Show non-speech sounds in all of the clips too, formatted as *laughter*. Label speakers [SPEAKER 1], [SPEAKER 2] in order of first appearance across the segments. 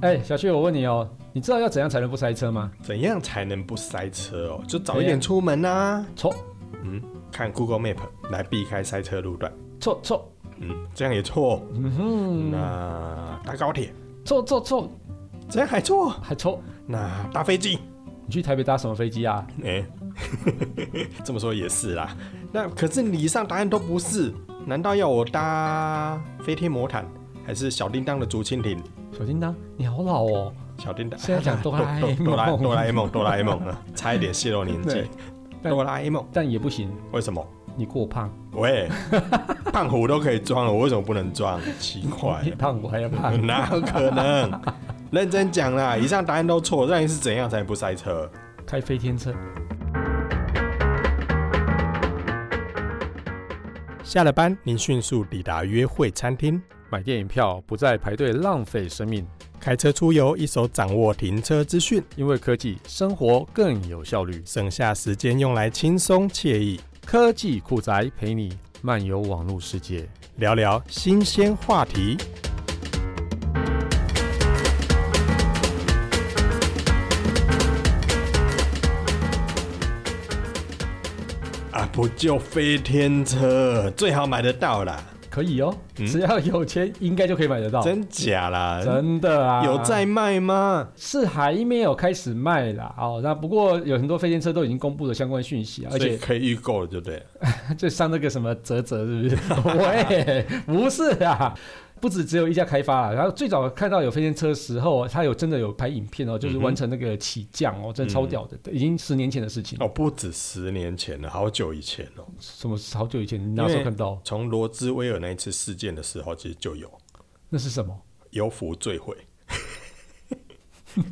[SPEAKER 1] 哎、小旭，我问你哦，你知道要怎样才能不塞车吗？
[SPEAKER 2] 怎样才能不塞车哦？就早一点出门啊。
[SPEAKER 1] 错
[SPEAKER 2] 嗯，看 Google Map 来避开塞车路段。
[SPEAKER 1] 错错，
[SPEAKER 2] 嗯，这样也错。
[SPEAKER 1] 嗯哼，
[SPEAKER 2] 那搭高铁，
[SPEAKER 1] 错错错，
[SPEAKER 2] 这样还错。哦
[SPEAKER 1] 还错。
[SPEAKER 2] 那搭飞机，
[SPEAKER 1] 你去台北搭什么飞机啊？
[SPEAKER 2] 哎、 *laughs* 这么说也是啦。那可是你以上答案都不是，难道要我搭飞天魔毯，还是小叮当的竹蜻蜓？
[SPEAKER 1] 小叮当，你好老哦。
[SPEAKER 2] 小叮当，
[SPEAKER 1] 现在讲哆啦 A 梦
[SPEAKER 2] *laughs* 哆啦哆啦 A 梦，哆啦 A 梦啊，差一点泄露年纪
[SPEAKER 1] *laughs* 对。但
[SPEAKER 2] 哆啦 A 梦
[SPEAKER 1] 但也不行，
[SPEAKER 2] 为什么？
[SPEAKER 1] 你过胖，
[SPEAKER 2] 喂，胖虎都可以装了，我为什么不能装？奇怪 *laughs*
[SPEAKER 1] 你胖我还要
[SPEAKER 2] 了，
[SPEAKER 1] 胖。
[SPEAKER 2] 哪有可能？认真讲啦，以上答案都错，到底是怎样才不塞车？
[SPEAKER 1] 开飞天车，
[SPEAKER 2] 下了班，您迅速抵达约会餐厅，
[SPEAKER 1] 买电影票不再排队浪费生命，
[SPEAKER 2] 开车出游，一手掌握停车资讯，
[SPEAKER 1] 因为科技生活更有效率。
[SPEAKER 2] 省下时间用来轻松惬意
[SPEAKER 1] 科技酷宅陪你漫游网络世界。
[SPEAKER 2] 聊聊新鲜话题。啊，不就飞天车，最好买得到啦，
[SPEAKER 1] 可以哦，
[SPEAKER 2] 嗯
[SPEAKER 1] 只要有钱，应该就可以买得到。
[SPEAKER 2] 真假啦？
[SPEAKER 1] 哦真的啊，
[SPEAKER 2] 有在卖吗？
[SPEAKER 1] 是还没有开始卖啦。哦，那不过有很多飞天车都已经公布了相关讯息啊，而
[SPEAKER 2] 所以
[SPEAKER 1] *laughs* 且
[SPEAKER 2] 可以预购了，对不对了？
[SPEAKER 1] 就上那个什么泽泽是不是？ *laughs* 喂，不是啊。不止只有一家开发啦，然后最早看到有飞天车的时候，它有真的有拍影片哦，就是
[SPEAKER 2] 嗯哼嗯
[SPEAKER 1] 完成那个起降哦，真的超屌的，已经十年前的事情。
[SPEAKER 2] 哦，不止十年前了，好久以前哦。
[SPEAKER 1] 什么好久以前你那时候看到？
[SPEAKER 2] 从罗兹威尔那一次事件的时候，其实就有
[SPEAKER 1] 那是什么？
[SPEAKER 2] 油服坠毁。 *laughs*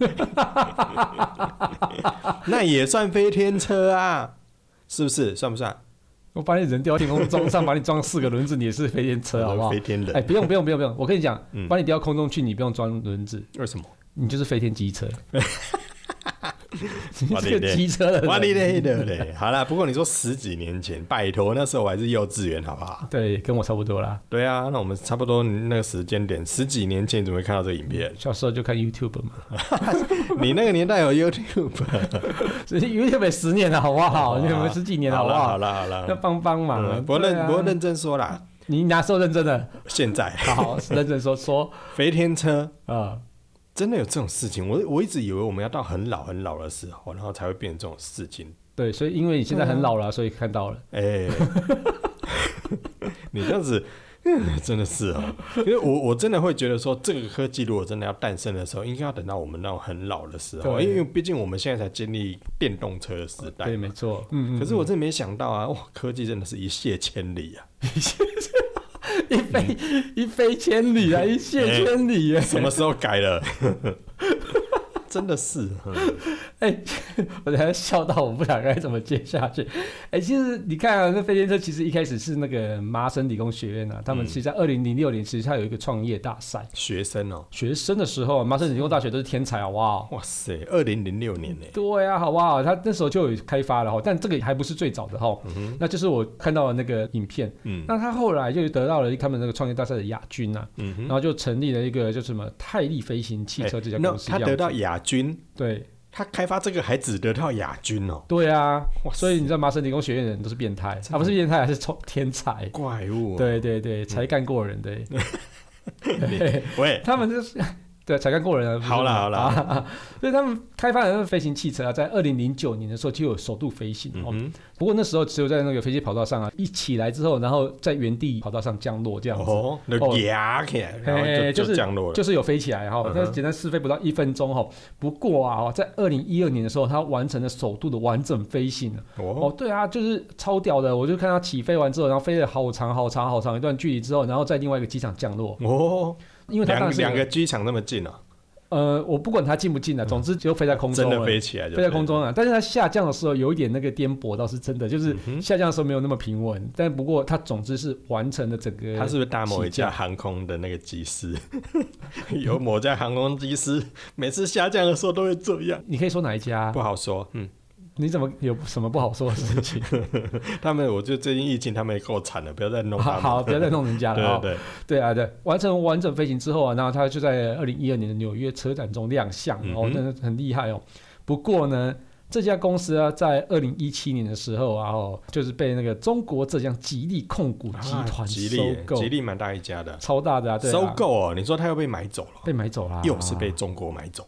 [SPEAKER 2] 那也算飞天车啊，是不是？算不算？
[SPEAKER 1] 我把你人丢到天空中上，把你装四个轮子，你也是飞天
[SPEAKER 2] *laughs*
[SPEAKER 1] 车好不好
[SPEAKER 2] 飞？天人？
[SPEAKER 1] 哎，不用不用不用不用，我跟你讲
[SPEAKER 2] 嗯，
[SPEAKER 1] 把你丢到空中去，你不用装轮子，
[SPEAKER 2] 为什么？
[SPEAKER 1] 你就是飞天机车。你
[SPEAKER 2] *laughs* 哇
[SPEAKER 1] *laughs* 这个机车的
[SPEAKER 2] *laughs* 哇哩
[SPEAKER 1] 人，
[SPEAKER 2] 嘞的嘞！好啦，不过你说十几年前，拜托，那时候我还是幼稚园，好不好？
[SPEAKER 1] 对，跟我差不多啦。
[SPEAKER 2] 对啊，那我们差不多那个时间点，十几年前你怎么会看到这个影 *laughs* 片？
[SPEAKER 1] 小时候就看 YouTube 嘛， *laughs*
[SPEAKER 2] 你那个年代有 YouTube？
[SPEAKER 1] 所以 YouTube 也十年了好不好？
[SPEAKER 2] 哇
[SPEAKER 1] 你们十几年了好
[SPEAKER 2] *laughs* 好
[SPEAKER 1] 不
[SPEAKER 2] 啦好
[SPEAKER 1] 好？
[SPEAKER 2] 啦好啦
[SPEAKER 1] 要帮帮忙啊
[SPEAKER 2] 嗯！不过认、
[SPEAKER 1] 对啊
[SPEAKER 2] 不过认真说啦，
[SPEAKER 1] 你哪时候认真的？
[SPEAKER 2] 现在
[SPEAKER 1] 好好认真说说
[SPEAKER 2] 飞天车
[SPEAKER 1] 啊！
[SPEAKER 2] 真的有这种事情，我我一直以为我们要到很老很老的时候，然后才会变成这种事情。
[SPEAKER 1] 对，所以因为你现在很老
[SPEAKER 2] 嗯
[SPEAKER 1] 了，所以看到了。
[SPEAKER 2] 哎、 *laughs* 你这样子。 *laughs* 嗯真的是哦，因为我我真的会觉得说，这个科技如果真的要诞生的时候，应该要等到我们那种很老的时候，
[SPEAKER 1] 对
[SPEAKER 2] 因为毕竟我们现在才经历电动车的时代
[SPEAKER 1] 对，。没错。嗯嗯
[SPEAKER 2] 可是我真的没想到啊，哇，科技真的是一泻千里啊！
[SPEAKER 1] 一飞一飞千里
[SPEAKER 2] *laughs*
[SPEAKER 1] 啊，一泻千里耶！
[SPEAKER 2] 什么时候改了？ *laughs* 真的是，嗯
[SPEAKER 1] 哎、 *laughs* 我才笑到我不知道该怎么接下去。哎、其实你看啊，那飞天车其实一开始是那个麻省理工学院啊，
[SPEAKER 2] 嗯
[SPEAKER 1] 他们其实在二零零六年，其实它有一个创业大赛。
[SPEAKER 2] 学生哦，
[SPEAKER 1] 学生的时候，麻省理工大学都是天才，好不好？
[SPEAKER 2] 哇塞，二零零六年呢，
[SPEAKER 1] 对啊，好不好？他那时候就有开发了哈，但这个还不是最早的哈。那就是我看到的那个影片，
[SPEAKER 2] 嗯
[SPEAKER 1] 那他后来就得到了他们那个创业大赛的亚军啊，
[SPEAKER 2] 嗯哼
[SPEAKER 1] 然，后就成立了一个就是什么泰利飞行汽车这家
[SPEAKER 2] 哎那
[SPEAKER 1] 公司、
[SPEAKER 2] 他得到亚军，
[SPEAKER 1] 对
[SPEAKER 2] 他开发这个还只得到亚军哦，
[SPEAKER 1] 对啊，
[SPEAKER 2] 哇塞，
[SPEAKER 1] 所以你知道麻省理工学院的人都是变态，
[SPEAKER 2] 的嗯
[SPEAKER 1] 他、不是变态，是聪天才。
[SPEAKER 2] 怪物、，
[SPEAKER 1] 对对对，才干过人对，
[SPEAKER 2] *laughs* 喂，
[SPEAKER 1] 他们就是。对，才干过人啊！不是吗
[SPEAKER 2] 好啦好啦
[SPEAKER 1] 啊 *laughs* 所以他们开发的那个飞行汽车啊，在二零零九年的时候就有首度飞行
[SPEAKER 2] 嗯
[SPEAKER 1] 哦。
[SPEAKER 2] 哼，
[SPEAKER 1] 不过那时候只有在那个飞机跑道上啊，一起来之后，然后在原地跑道上降落这样子，
[SPEAKER 2] 哦，那牙起来，然后
[SPEAKER 1] 哎
[SPEAKER 2] 就
[SPEAKER 1] 就是
[SPEAKER 2] 就降落了，
[SPEAKER 1] *laughs* 就是有飞起来哈、
[SPEAKER 2] 嗯哼
[SPEAKER 1] 那简单试飞不到一分钟哈、不过啊，哦在二零一二年的时候，他完成了首度的完整飞行啊哦
[SPEAKER 2] 哦，，
[SPEAKER 1] 对啊，就是超屌的。我就看它起飞完之后，然后飞了好长好长好长一段距离之后，然后在另外一个机场降落。
[SPEAKER 2] 哦，
[SPEAKER 1] 因为它当
[SPEAKER 2] 两
[SPEAKER 1] 然是
[SPEAKER 2] 两个机场那么近哦，
[SPEAKER 1] 呃，我不管它进不进啊，总之就飞在空中
[SPEAKER 2] 真
[SPEAKER 1] 了。
[SPEAKER 2] 的飞起来就
[SPEAKER 1] 飞在空中啊，但是它下降的时候有一点那个颠簸，倒是真的，就是
[SPEAKER 2] 嗯
[SPEAKER 1] 下降的时候没有那么平稳。但不过它总之是完成了整个。
[SPEAKER 2] 他是不是搭某一
[SPEAKER 1] 哎起
[SPEAKER 2] 架
[SPEAKER 1] 降
[SPEAKER 2] 航空的那个机师？ *laughs* 有某家航空机师每次下降的时候都会这样，
[SPEAKER 1] 你可以说哪一家？
[SPEAKER 2] 不好说。嗯，
[SPEAKER 1] 你怎么有什么不好说的事
[SPEAKER 2] *laughs*
[SPEAKER 1] 情？
[SPEAKER 2] 他们，我就最近疫情，他们也够惨了，不要再弄他
[SPEAKER 1] 好
[SPEAKER 2] 们。
[SPEAKER 1] 好，不要再弄人家了
[SPEAKER 2] 对
[SPEAKER 1] 啊、
[SPEAKER 2] 对对，
[SPEAKER 1] 对啊，对，完成完整飞行之后啊，然后他就在二零一二年的纽约车展中亮相，
[SPEAKER 2] 嗯
[SPEAKER 1] 哦
[SPEAKER 2] 哼，
[SPEAKER 1] 真的很厉害哦。不过呢，这家公司啊，在二零一七年的时候啊，哦，就是被那个中国浙江吉利控股集
[SPEAKER 2] 啊
[SPEAKER 1] 团
[SPEAKER 2] 吉
[SPEAKER 1] 收
[SPEAKER 2] 利，
[SPEAKER 1] 购，
[SPEAKER 2] 吉利蛮大一家的，
[SPEAKER 1] 超大的啊，对啊
[SPEAKER 2] 收购哦。你说他又被买走了，
[SPEAKER 1] 被买走了啊，
[SPEAKER 2] 又是被中国买走，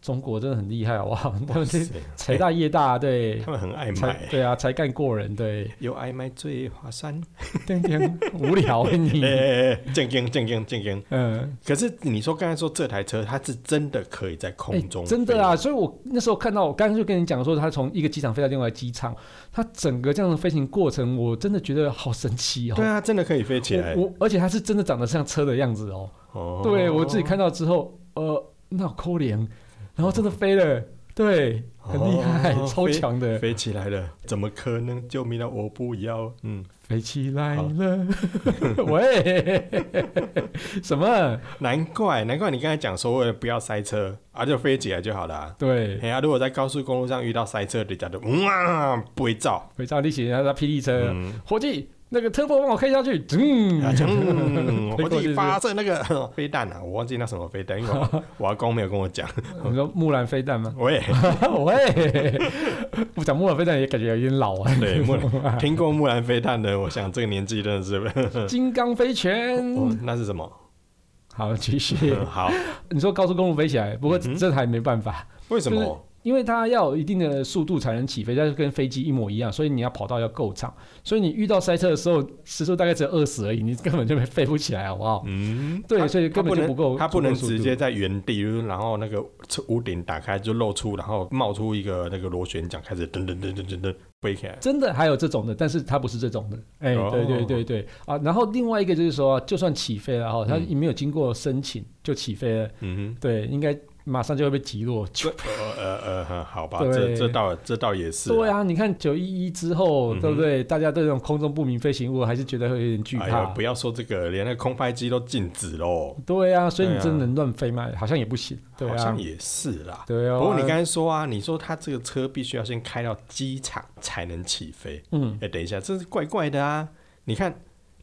[SPEAKER 1] 中国真的很厉害，好不好？ *laughs* 他们这
[SPEAKER 2] 哇塞
[SPEAKER 1] 财大业大，对
[SPEAKER 2] 他。们很爱
[SPEAKER 1] 才
[SPEAKER 2] 买，
[SPEAKER 1] 对啊，才干过人，
[SPEAKER 2] *laughs*
[SPEAKER 1] 对，
[SPEAKER 2] 有爱买最划算。
[SPEAKER 1] 天天无聊啊
[SPEAKER 2] *laughs* 哎
[SPEAKER 1] 你，
[SPEAKER 2] 哎哎，正经正经正经。
[SPEAKER 1] 嗯，
[SPEAKER 2] 可是你说刚才说这台车，它是真的可以在空中、
[SPEAKER 1] 欸真的啊！，所以我那时候看到，我刚刚就跟你讲说，它从一个机场飞到另外一个机场，它整个这样的飞行过程，我真的觉得好神奇哦。
[SPEAKER 2] 对啊，真的可以飞起来
[SPEAKER 1] 我。我而且它是真的长得像车的样子哦。
[SPEAKER 2] 哦
[SPEAKER 1] 对我自己看到之后，呃，那好抠脸，然后真的飞了，对，很厉害，
[SPEAKER 2] 哦
[SPEAKER 1] 超强的，
[SPEAKER 2] 飞起来了，怎么可能？救命啊！我不要。嗯，
[SPEAKER 1] 飞起来了， *laughs* 喂，什么？
[SPEAKER 2] 难怪难怪你刚才讲说为哎了不要塞车啊，就飞起来就好了、啊。
[SPEAKER 1] 对，
[SPEAKER 2] 哎呀、如果在高速公路上遇到塞车，人家就嗯啊，不会照。
[SPEAKER 1] 回到历险家霹雳车，
[SPEAKER 2] 嗯，
[SPEAKER 1] 伙计，那个 turbo 帮我开下
[SPEAKER 2] *laughs*
[SPEAKER 1] 去，嗯 *laughs*
[SPEAKER 2] 啊，嗯，
[SPEAKER 1] 飞
[SPEAKER 2] 我
[SPEAKER 1] 过去是不
[SPEAKER 2] 自己
[SPEAKER 1] 是
[SPEAKER 2] 发射那
[SPEAKER 1] *laughs*
[SPEAKER 2] 个飞弹啊，我忘记那什么飞弹，因为我我阿公没有跟我讲。
[SPEAKER 1] 你说木兰飞弹吗？
[SPEAKER 2] 喂，
[SPEAKER 1] 喂， *laughs* 我讲木兰飞弹也感觉有点老啊。
[SPEAKER 2] 对，
[SPEAKER 1] *laughs*
[SPEAKER 2] 木兰听过木兰飞弹的，我想这个年纪真的是，
[SPEAKER 1] 金刚飞拳，
[SPEAKER 2] 哦，那是什么？
[SPEAKER 1] 好，继续。
[SPEAKER 2] 嗯好，
[SPEAKER 1] 你说高速公路飞起来，不过
[SPEAKER 2] 嗯哼
[SPEAKER 1] 这还没办法，
[SPEAKER 2] 为什
[SPEAKER 1] 就是
[SPEAKER 2] 么？
[SPEAKER 1] 因为它要有一定的速度才能起飞，但是跟飞机一模一样，所以你要跑道要够长，所以你遇到塞车的时候，时速大概只有二十而已，你根本就没飞不起来，好不好？
[SPEAKER 2] 嗯，
[SPEAKER 1] 对
[SPEAKER 2] 它
[SPEAKER 1] 所以根本就不够
[SPEAKER 2] 它不能
[SPEAKER 1] 足够速
[SPEAKER 2] 直
[SPEAKER 1] 度
[SPEAKER 2] 接在原地，就是然后那个屋顶打开就露出，然后冒出一个那个螺旋桨，开始噔噔噔噔噔噔飞起来。
[SPEAKER 1] 真的还有这种的，但是它不是这种的。哎、
[SPEAKER 2] 哦
[SPEAKER 1] 对对对对啊，然后另外一个就是说，就算起飞了哈，它
[SPEAKER 2] 嗯
[SPEAKER 1] 没有经过申请就起飞了，
[SPEAKER 2] 嗯
[SPEAKER 1] 对，应该马上就会被击落，
[SPEAKER 2] 哼，呃呃呃呃，好吧，
[SPEAKER 1] 对
[SPEAKER 2] 这这倒这倒也是啦。
[SPEAKER 1] 对啊，你看九一一之后，
[SPEAKER 2] 嗯哼
[SPEAKER 1] 对不对？大家对这种空中不明飞行物还是觉得会有点惧
[SPEAKER 2] 哎
[SPEAKER 1] 怕
[SPEAKER 2] 呀，不。要说这个，连那个空拍机都禁止喽。
[SPEAKER 1] 对啊，所以你
[SPEAKER 2] 对啊
[SPEAKER 1] 真的能乱飞吗？好像也不行。对
[SPEAKER 2] 好
[SPEAKER 1] 啊
[SPEAKER 2] 像，也是啦。
[SPEAKER 1] 对啊。
[SPEAKER 2] 不过你刚才说啊，你说他这个车必须要先开到机场才能起飞。
[SPEAKER 1] 嗯，
[SPEAKER 2] 哎，等一下，这是怪怪的啊！你看，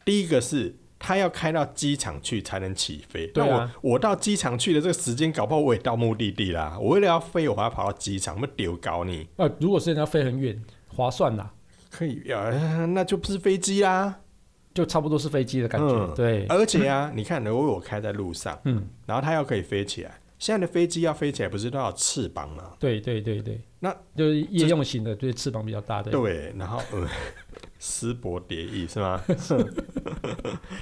[SPEAKER 2] 第一个是他要开到机场去才能起飞。
[SPEAKER 1] 对啊
[SPEAKER 2] 那我我到机场去的这个时间，搞不好我也到目的地啦。我为了要飞，我还要跑到机场，那丢搞你。
[SPEAKER 1] 呃，如果是要飞很远，划算啊啦，
[SPEAKER 2] 可以呀、呃那就不是飞机啦。
[SPEAKER 1] 就差不多是飞机的感觉。
[SPEAKER 2] 嗯
[SPEAKER 1] 对，
[SPEAKER 2] 而且啊，你看，如果我开在路上，
[SPEAKER 1] 嗯，
[SPEAKER 2] 然后它要可以飞起来，现在的飞机要飞起来不是都要有翅膀吗？
[SPEAKER 1] 对对对对。
[SPEAKER 2] 那
[SPEAKER 1] 就是夜用型的，对，翅膀比较大的。
[SPEAKER 2] 对，然后 *laughs* 嗯，斯伯蝶翼是吗？ *laughs*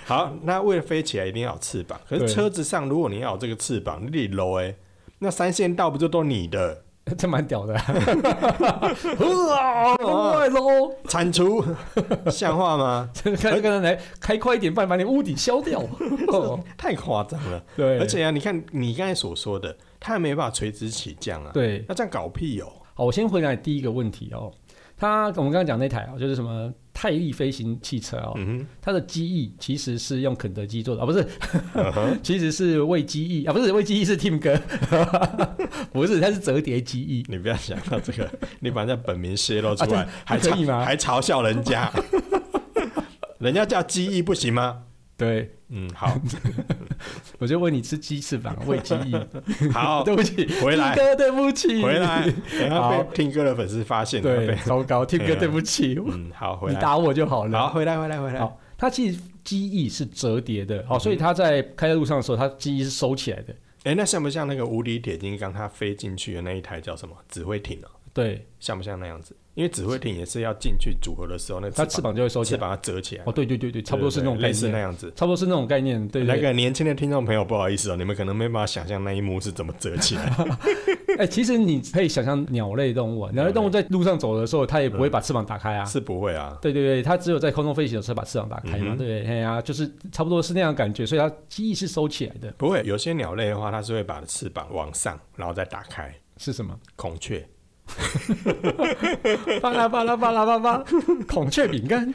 [SPEAKER 2] 好，那为了飞起来一定要有翅膀，可
[SPEAKER 1] 对
[SPEAKER 2] 是车子上如果你要有这个翅膀，你得 low 哎，那三线道不就都你的？
[SPEAKER 1] *laughs* 这蛮
[SPEAKER 2] *laughs*
[SPEAKER 1] 屌的。 *laughs* 哇，快喽！
[SPEAKER 2] 铲除， *laughs* 像话吗？
[SPEAKER 1] *laughs* 看看看来开快一点，不然把你屋顶削
[SPEAKER 2] *laughs*
[SPEAKER 1] 掉。 *laughs* 哦
[SPEAKER 2] 太夸张了！
[SPEAKER 1] 对，
[SPEAKER 2] 而且啊，你看你刚才所说的，它还没办法垂直起降啊，
[SPEAKER 1] 对，
[SPEAKER 2] 那这样搞屁哦！
[SPEAKER 1] 好，我先回答你第一个问题哦。它我们刚刚讲那台哦，就是什么泰利飞行汽车哦，
[SPEAKER 2] 嗯
[SPEAKER 1] 它的机翼其实是用肯德基做的啊，不是，
[SPEAKER 2] 哼，嗯哼
[SPEAKER 1] 其实是为机翼啊，不是为机翼是 Tim 哥， *laughs* 不是，它是折叠机翼。
[SPEAKER 2] 你不要想到这个，你把人家本名泄露出来，还
[SPEAKER 1] 啊可以
[SPEAKER 2] 嘲
[SPEAKER 1] 吗
[SPEAKER 2] 还嘲笑
[SPEAKER 1] *laughs*
[SPEAKER 2] 人家，人家叫机翼不行吗？
[SPEAKER 1] 对，
[SPEAKER 2] 嗯，好，
[SPEAKER 1] 我就问你吃鸡翅膀喂鸡
[SPEAKER 2] *laughs*
[SPEAKER 1] 翼，
[SPEAKER 2] 好，
[SPEAKER 1] *laughs* 对不起，
[SPEAKER 2] 哦回来
[SPEAKER 1] Tim 哥对不起，
[SPEAKER 2] 回 *laughs* 来，然
[SPEAKER 1] 好
[SPEAKER 2] 后被听歌的粉丝发现，
[SPEAKER 1] 对，
[SPEAKER 2] 被
[SPEAKER 1] 糟糕，Tim
[SPEAKER 2] 哎
[SPEAKER 1] 哥
[SPEAKER 2] 呀
[SPEAKER 1] 对不起，
[SPEAKER 2] 嗯，好，回
[SPEAKER 1] 你
[SPEAKER 2] 来，
[SPEAKER 1] 打我就好了。
[SPEAKER 2] 好，回来，回来，回来，
[SPEAKER 1] 好，它其实机翼是折叠的，好，
[SPEAKER 2] 嗯
[SPEAKER 1] 所以它在开在路上的时候，它机翼是收起来的。
[SPEAKER 2] 哎，那像不像那个无敌铁金刚它飞进去的那一台叫什么指挥艇啊？
[SPEAKER 1] 对，
[SPEAKER 2] 像不像那样子？因为指挥艇也是要进去组合的时候，那
[SPEAKER 1] 它
[SPEAKER 2] 翅
[SPEAKER 1] 翅膀就会收起
[SPEAKER 2] 翅
[SPEAKER 1] 来。
[SPEAKER 2] 膀要折起来
[SPEAKER 1] 哦，，对对对对，差不多是那种
[SPEAKER 2] 对对
[SPEAKER 1] 概
[SPEAKER 2] 类似
[SPEAKER 1] 念
[SPEAKER 2] 那，样子。
[SPEAKER 1] 差不多是那种概念，对
[SPEAKER 2] 那
[SPEAKER 1] 对对。
[SPEAKER 2] 个年轻的听众朋友，不好意思哦，你们可能没办法想象那一幕是怎么折
[SPEAKER 1] *laughs*
[SPEAKER 2] 起来。
[SPEAKER 1] 哎，其实你可以想象鸟类动物啊，鸟类动物在路上走的时候，它也不会把翅膀打开啊。
[SPEAKER 2] 是不会啊，
[SPEAKER 1] 对对对，它只有在空中飞行的时候把翅膀打开嘛，
[SPEAKER 2] 嗯哼
[SPEAKER 1] 对，哎呀、就是差不多是那样的感觉，所以它记忆是收起来的，
[SPEAKER 2] 不会。有些鸟类的话，它是会把翅膀往上，然后再打开。
[SPEAKER 1] 是什么？
[SPEAKER 2] 孔雀
[SPEAKER 1] 巴拉巴拉巴拉巴拉，孔雀饼干。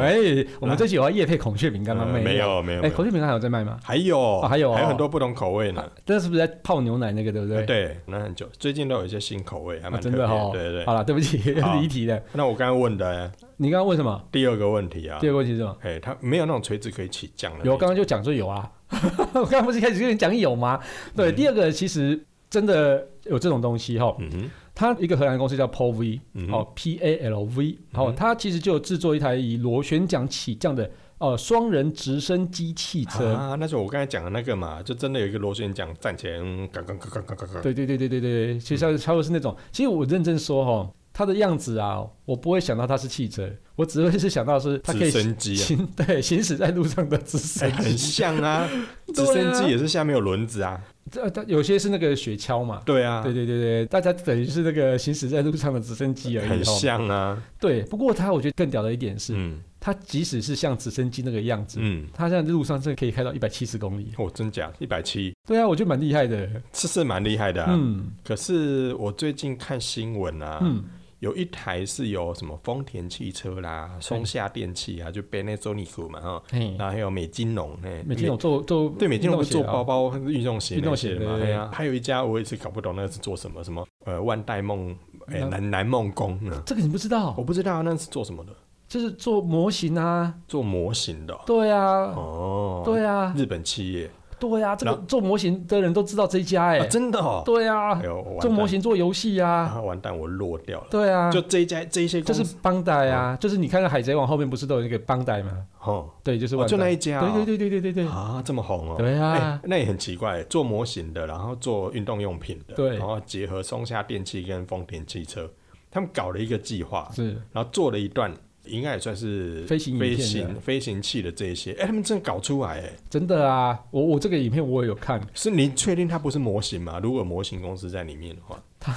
[SPEAKER 1] 哎，我们这期有要夜配孔雀饼干吗？
[SPEAKER 2] 呃没。有没有，没
[SPEAKER 1] 哎，
[SPEAKER 2] 有
[SPEAKER 1] 孔雀饼干还有在卖吗？
[SPEAKER 2] 还有
[SPEAKER 1] 啊还有哦
[SPEAKER 2] 还有很多不同口味呢。
[SPEAKER 1] 这是不是在泡牛奶那个，对不对？
[SPEAKER 2] 呃对，那很久，最近都有一些新口味，还
[SPEAKER 1] 啊，
[SPEAKER 2] 蛮特
[SPEAKER 1] 真
[SPEAKER 2] 别
[SPEAKER 1] 的哦。
[SPEAKER 2] 对对
[SPEAKER 1] 好
[SPEAKER 2] 对。
[SPEAKER 1] 了，对不起，
[SPEAKER 2] 好
[SPEAKER 1] 离题了。
[SPEAKER 2] 那我刚刚问的
[SPEAKER 1] 你刚刚问什么？
[SPEAKER 2] 第二个问题啊
[SPEAKER 1] 第，二个问题是什么？
[SPEAKER 2] 哎，它没有那种垂直可以起降的那种。
[SPEAKER 1] 有，刚刚就讲说有啊。 *laughs* 我刚刚不是一开始跟你讲有吗？对，第二个其实真的有这种东西哈。
[SPEAKER 2] 嗯哼，
[SPEAKER 1] 它一个荷兰公司叫 POV，
[SPEAKER 2] 嗯哼
[SPEAKER 1] 哦，P A L V，哦，它其实就有制作一台以螺旋桨起降的呃双人直升机汽车。
[SPEAKER 2] 啊，那是我刚才讲的那个嘛，就真的有一个螺旋桨站起来，嗯，嘎嘎嘎嘎嘎嘎嘎。
[SPEAKER 1] 对对对对对对，其实它它会是那种，其实我认真说哈，它的样子啊，我不会想到它是汽车，我只会是想到是它可
[SPEAKER 2] 直
[SPEAKER 1] 以
[SPEAKER 2] 升机啊，
[SPEAKER 1] 行 *laughs* 对行驶在路上的直
[SPEAKER 2] 哎，
[SPEAKER 1] 升
[SPEAKER 2] 很
[SPEAKER 1] 机。
[SPEAKER 2] 像啊，直
[SPEAKER 1] *laughs* 对啊
[SPEAKER 2] 升机也是下面有轮子啊。
[SPEAKER 1] 这它有些是那个雪橇嘛。
[SPEAKER 2] 对啊，
[SPEAKER 1] 对对对对，大家等于是那个行驶在路上的直升机而已
[SPEAKER 2] 很
[SPEAKER 1] 哦。
[SPEAKER 2] 像啊。
[SPEAKER 1] 对，不过它我觉得更屌的一点是，
[SPEAKER 2] 嗯
[SPEAKER 1] 它即使是像直升机那个样子，
[SPEAKER 2] 嗯，
[SPEAKER 1] 它现在路上真的可以开到一百七十公里。
[SPEAKER 2] 哦，真假一百七，
[SPEAKER 1] 对啊，我觉得蛮厉害的。
[SPEAKER 2] 是是蛮厉害的啊。
[SPEAKER 1] 嗯
[SPEAKER 2] 可是我最近看新闻啊，
[SPEAKER 1] 嗯，
[SPEAKER 2] 有一台是有什么丰田汽车啦、松下电器啊，就 Panasonic 嘛哈，
[SPEAKER 1] 嘿，
[SPEAKER 2] 然后还有美津浓哎，
[SPEAKER 1] 美金有做做
[SPEAKER 2] 对美津浓
[SPEAKER 1] 运动
[SPEAKER 2] 不
[SPEAKER 1] 鞋
[SPEAKER 2] 是做
[SPEAKER 1] 啊
[SPEAKER 2] 包包、和运动鞋
[SPEAKER 1] 运
[SPEAKER 2] 那
[SPEAKER 1] 动鞋
[SPEAKER 2] 些
[SPEAKER 1] 啊
[SPEAKER 2] 的嘛，
[SPEAKER 1] 对对
[SPEAKER 2] 哎
[SPEAKER 1] 对
[SPEAKER 2] 呀，还有一家我也是搞不懂那是做什么，什么呃万代梦哎
[SPEAKER 1] 那
[SPEAKER 2] 南南梦宫呢，
[SPEAKER 1] 这个你不知道
[SPEAKER 2] 我，不知道那是做什么的，
[SPEAKER 1] 就是做模型啊。
[SPEAKER 2] 做模型的哦
[SPEAKER 1] 对啊，
[SPEAKER 2] 哦，
[SPEAKER 1] 对啊，
[SPEAKER 2] 日本企业
[SPEAKER 1] 对啊，这
[SPEAKER 2] 然
[SPEAKER 1] 个做模型的人都知道这一家哎、
[SPEAKER 2] 啊真的哦，
[SPEAKER 1] 对啊
[SPEAKER 2] 哎，呦完蛋
[SPEAKER 1] 做模型做游戏啊，
[SPEAKER 2] 啊完蛋我落掉了，
[SPEAKER 1] 对啊，
[SPEAKER 2] 就哦这一家这一些
[SPEAKER 1] 就
[SPEAKER 2] 公
[SPEAKER 1] 是
[SPEAKER 2] 司
[SPEAKER 1] 邦代啊，就是你看看海贼王后面不是都有那个邦代吗？
[SPEAKER 2] 哦，
[SPEAKER 1] 对，就是
[SPEAKER 2] 哦
[SPEAKER 1] 万代
[SPEAKER 2] 就那一家哦
[SPEAKER 1] 对对对对对对对，
[SPEAKER 2] 啊这么红哦，
[SPEAKER 1] 对
[SPEAKER 2] 哎
[SPEAKER 1] 啊，，
[SPEAKER 2] 那也很奇怪，做模型的，然后做运动用品的，
[SPEAKER 1] 对
[SPEAKER 2] 然后结合松下电器跟丰田汽车，他们搞了一个计划，
[SPEAKER 1] 是
[SPEAKER 2] 然后做了一段，应该也算是
[SPEAKER 1] 飞行影
[SPEAKER 2] 飞
[SPEAKER 1] 片的
[SPEAKER 2] 行飞行器的这一些，哎，他们真的搞出来，哎，
[SPEAKER 1] 真的啊，我我这个影片我也有看，
[SPEAKER 2] 是你确定它不是模型吗？如果模型公司在里面的话， *laughs* 它、